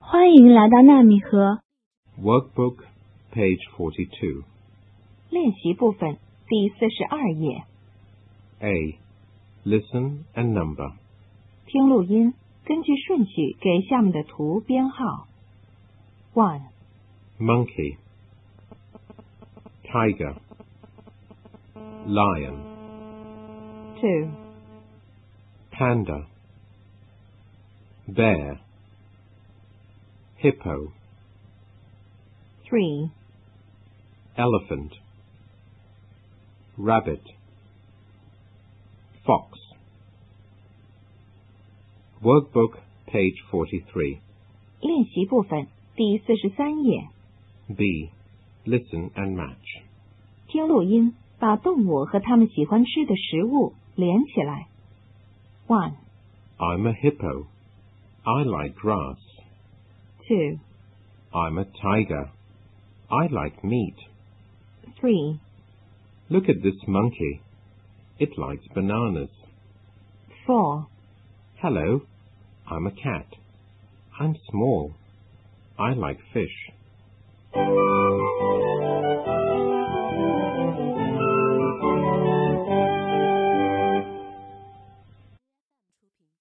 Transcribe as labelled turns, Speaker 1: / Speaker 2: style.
Speaker 1: 欢迎来到纳米盒
Speaker 2: Workbook, page 42.
Speaker 3: 练习部分第四十二页，
Speaker 2: A. Listen and number.
Speaker 3: 听录音，根据顺序给下面的图编号。One,
Speaker 2: Monkey. Tiger. Lion.
Speaker 3: two,
Speaker 2: Panda. Bear. Hippo.
Speaker 3: three,
Speaker 2: Elephant. Rabbit. Fox. Workbook, page 43.
Speaker 3: 练习部分第四十三页，
Speaker 2: B. Listen and match.
Speaker 3: 听录音，把动物和它们喜欢吃的食物连起来。One,
Speaker 2: I'm a hippo. I like grass.
Speaker 3: two,
Speaker 2: I'm a tiger. I like meat.
Speaker 3: three,
Speaker 2: Look at this monkey. It likes bananas.
Speaker 3: four,
Speaker 2: Hello. I'm a cat. I'm small. I like fish.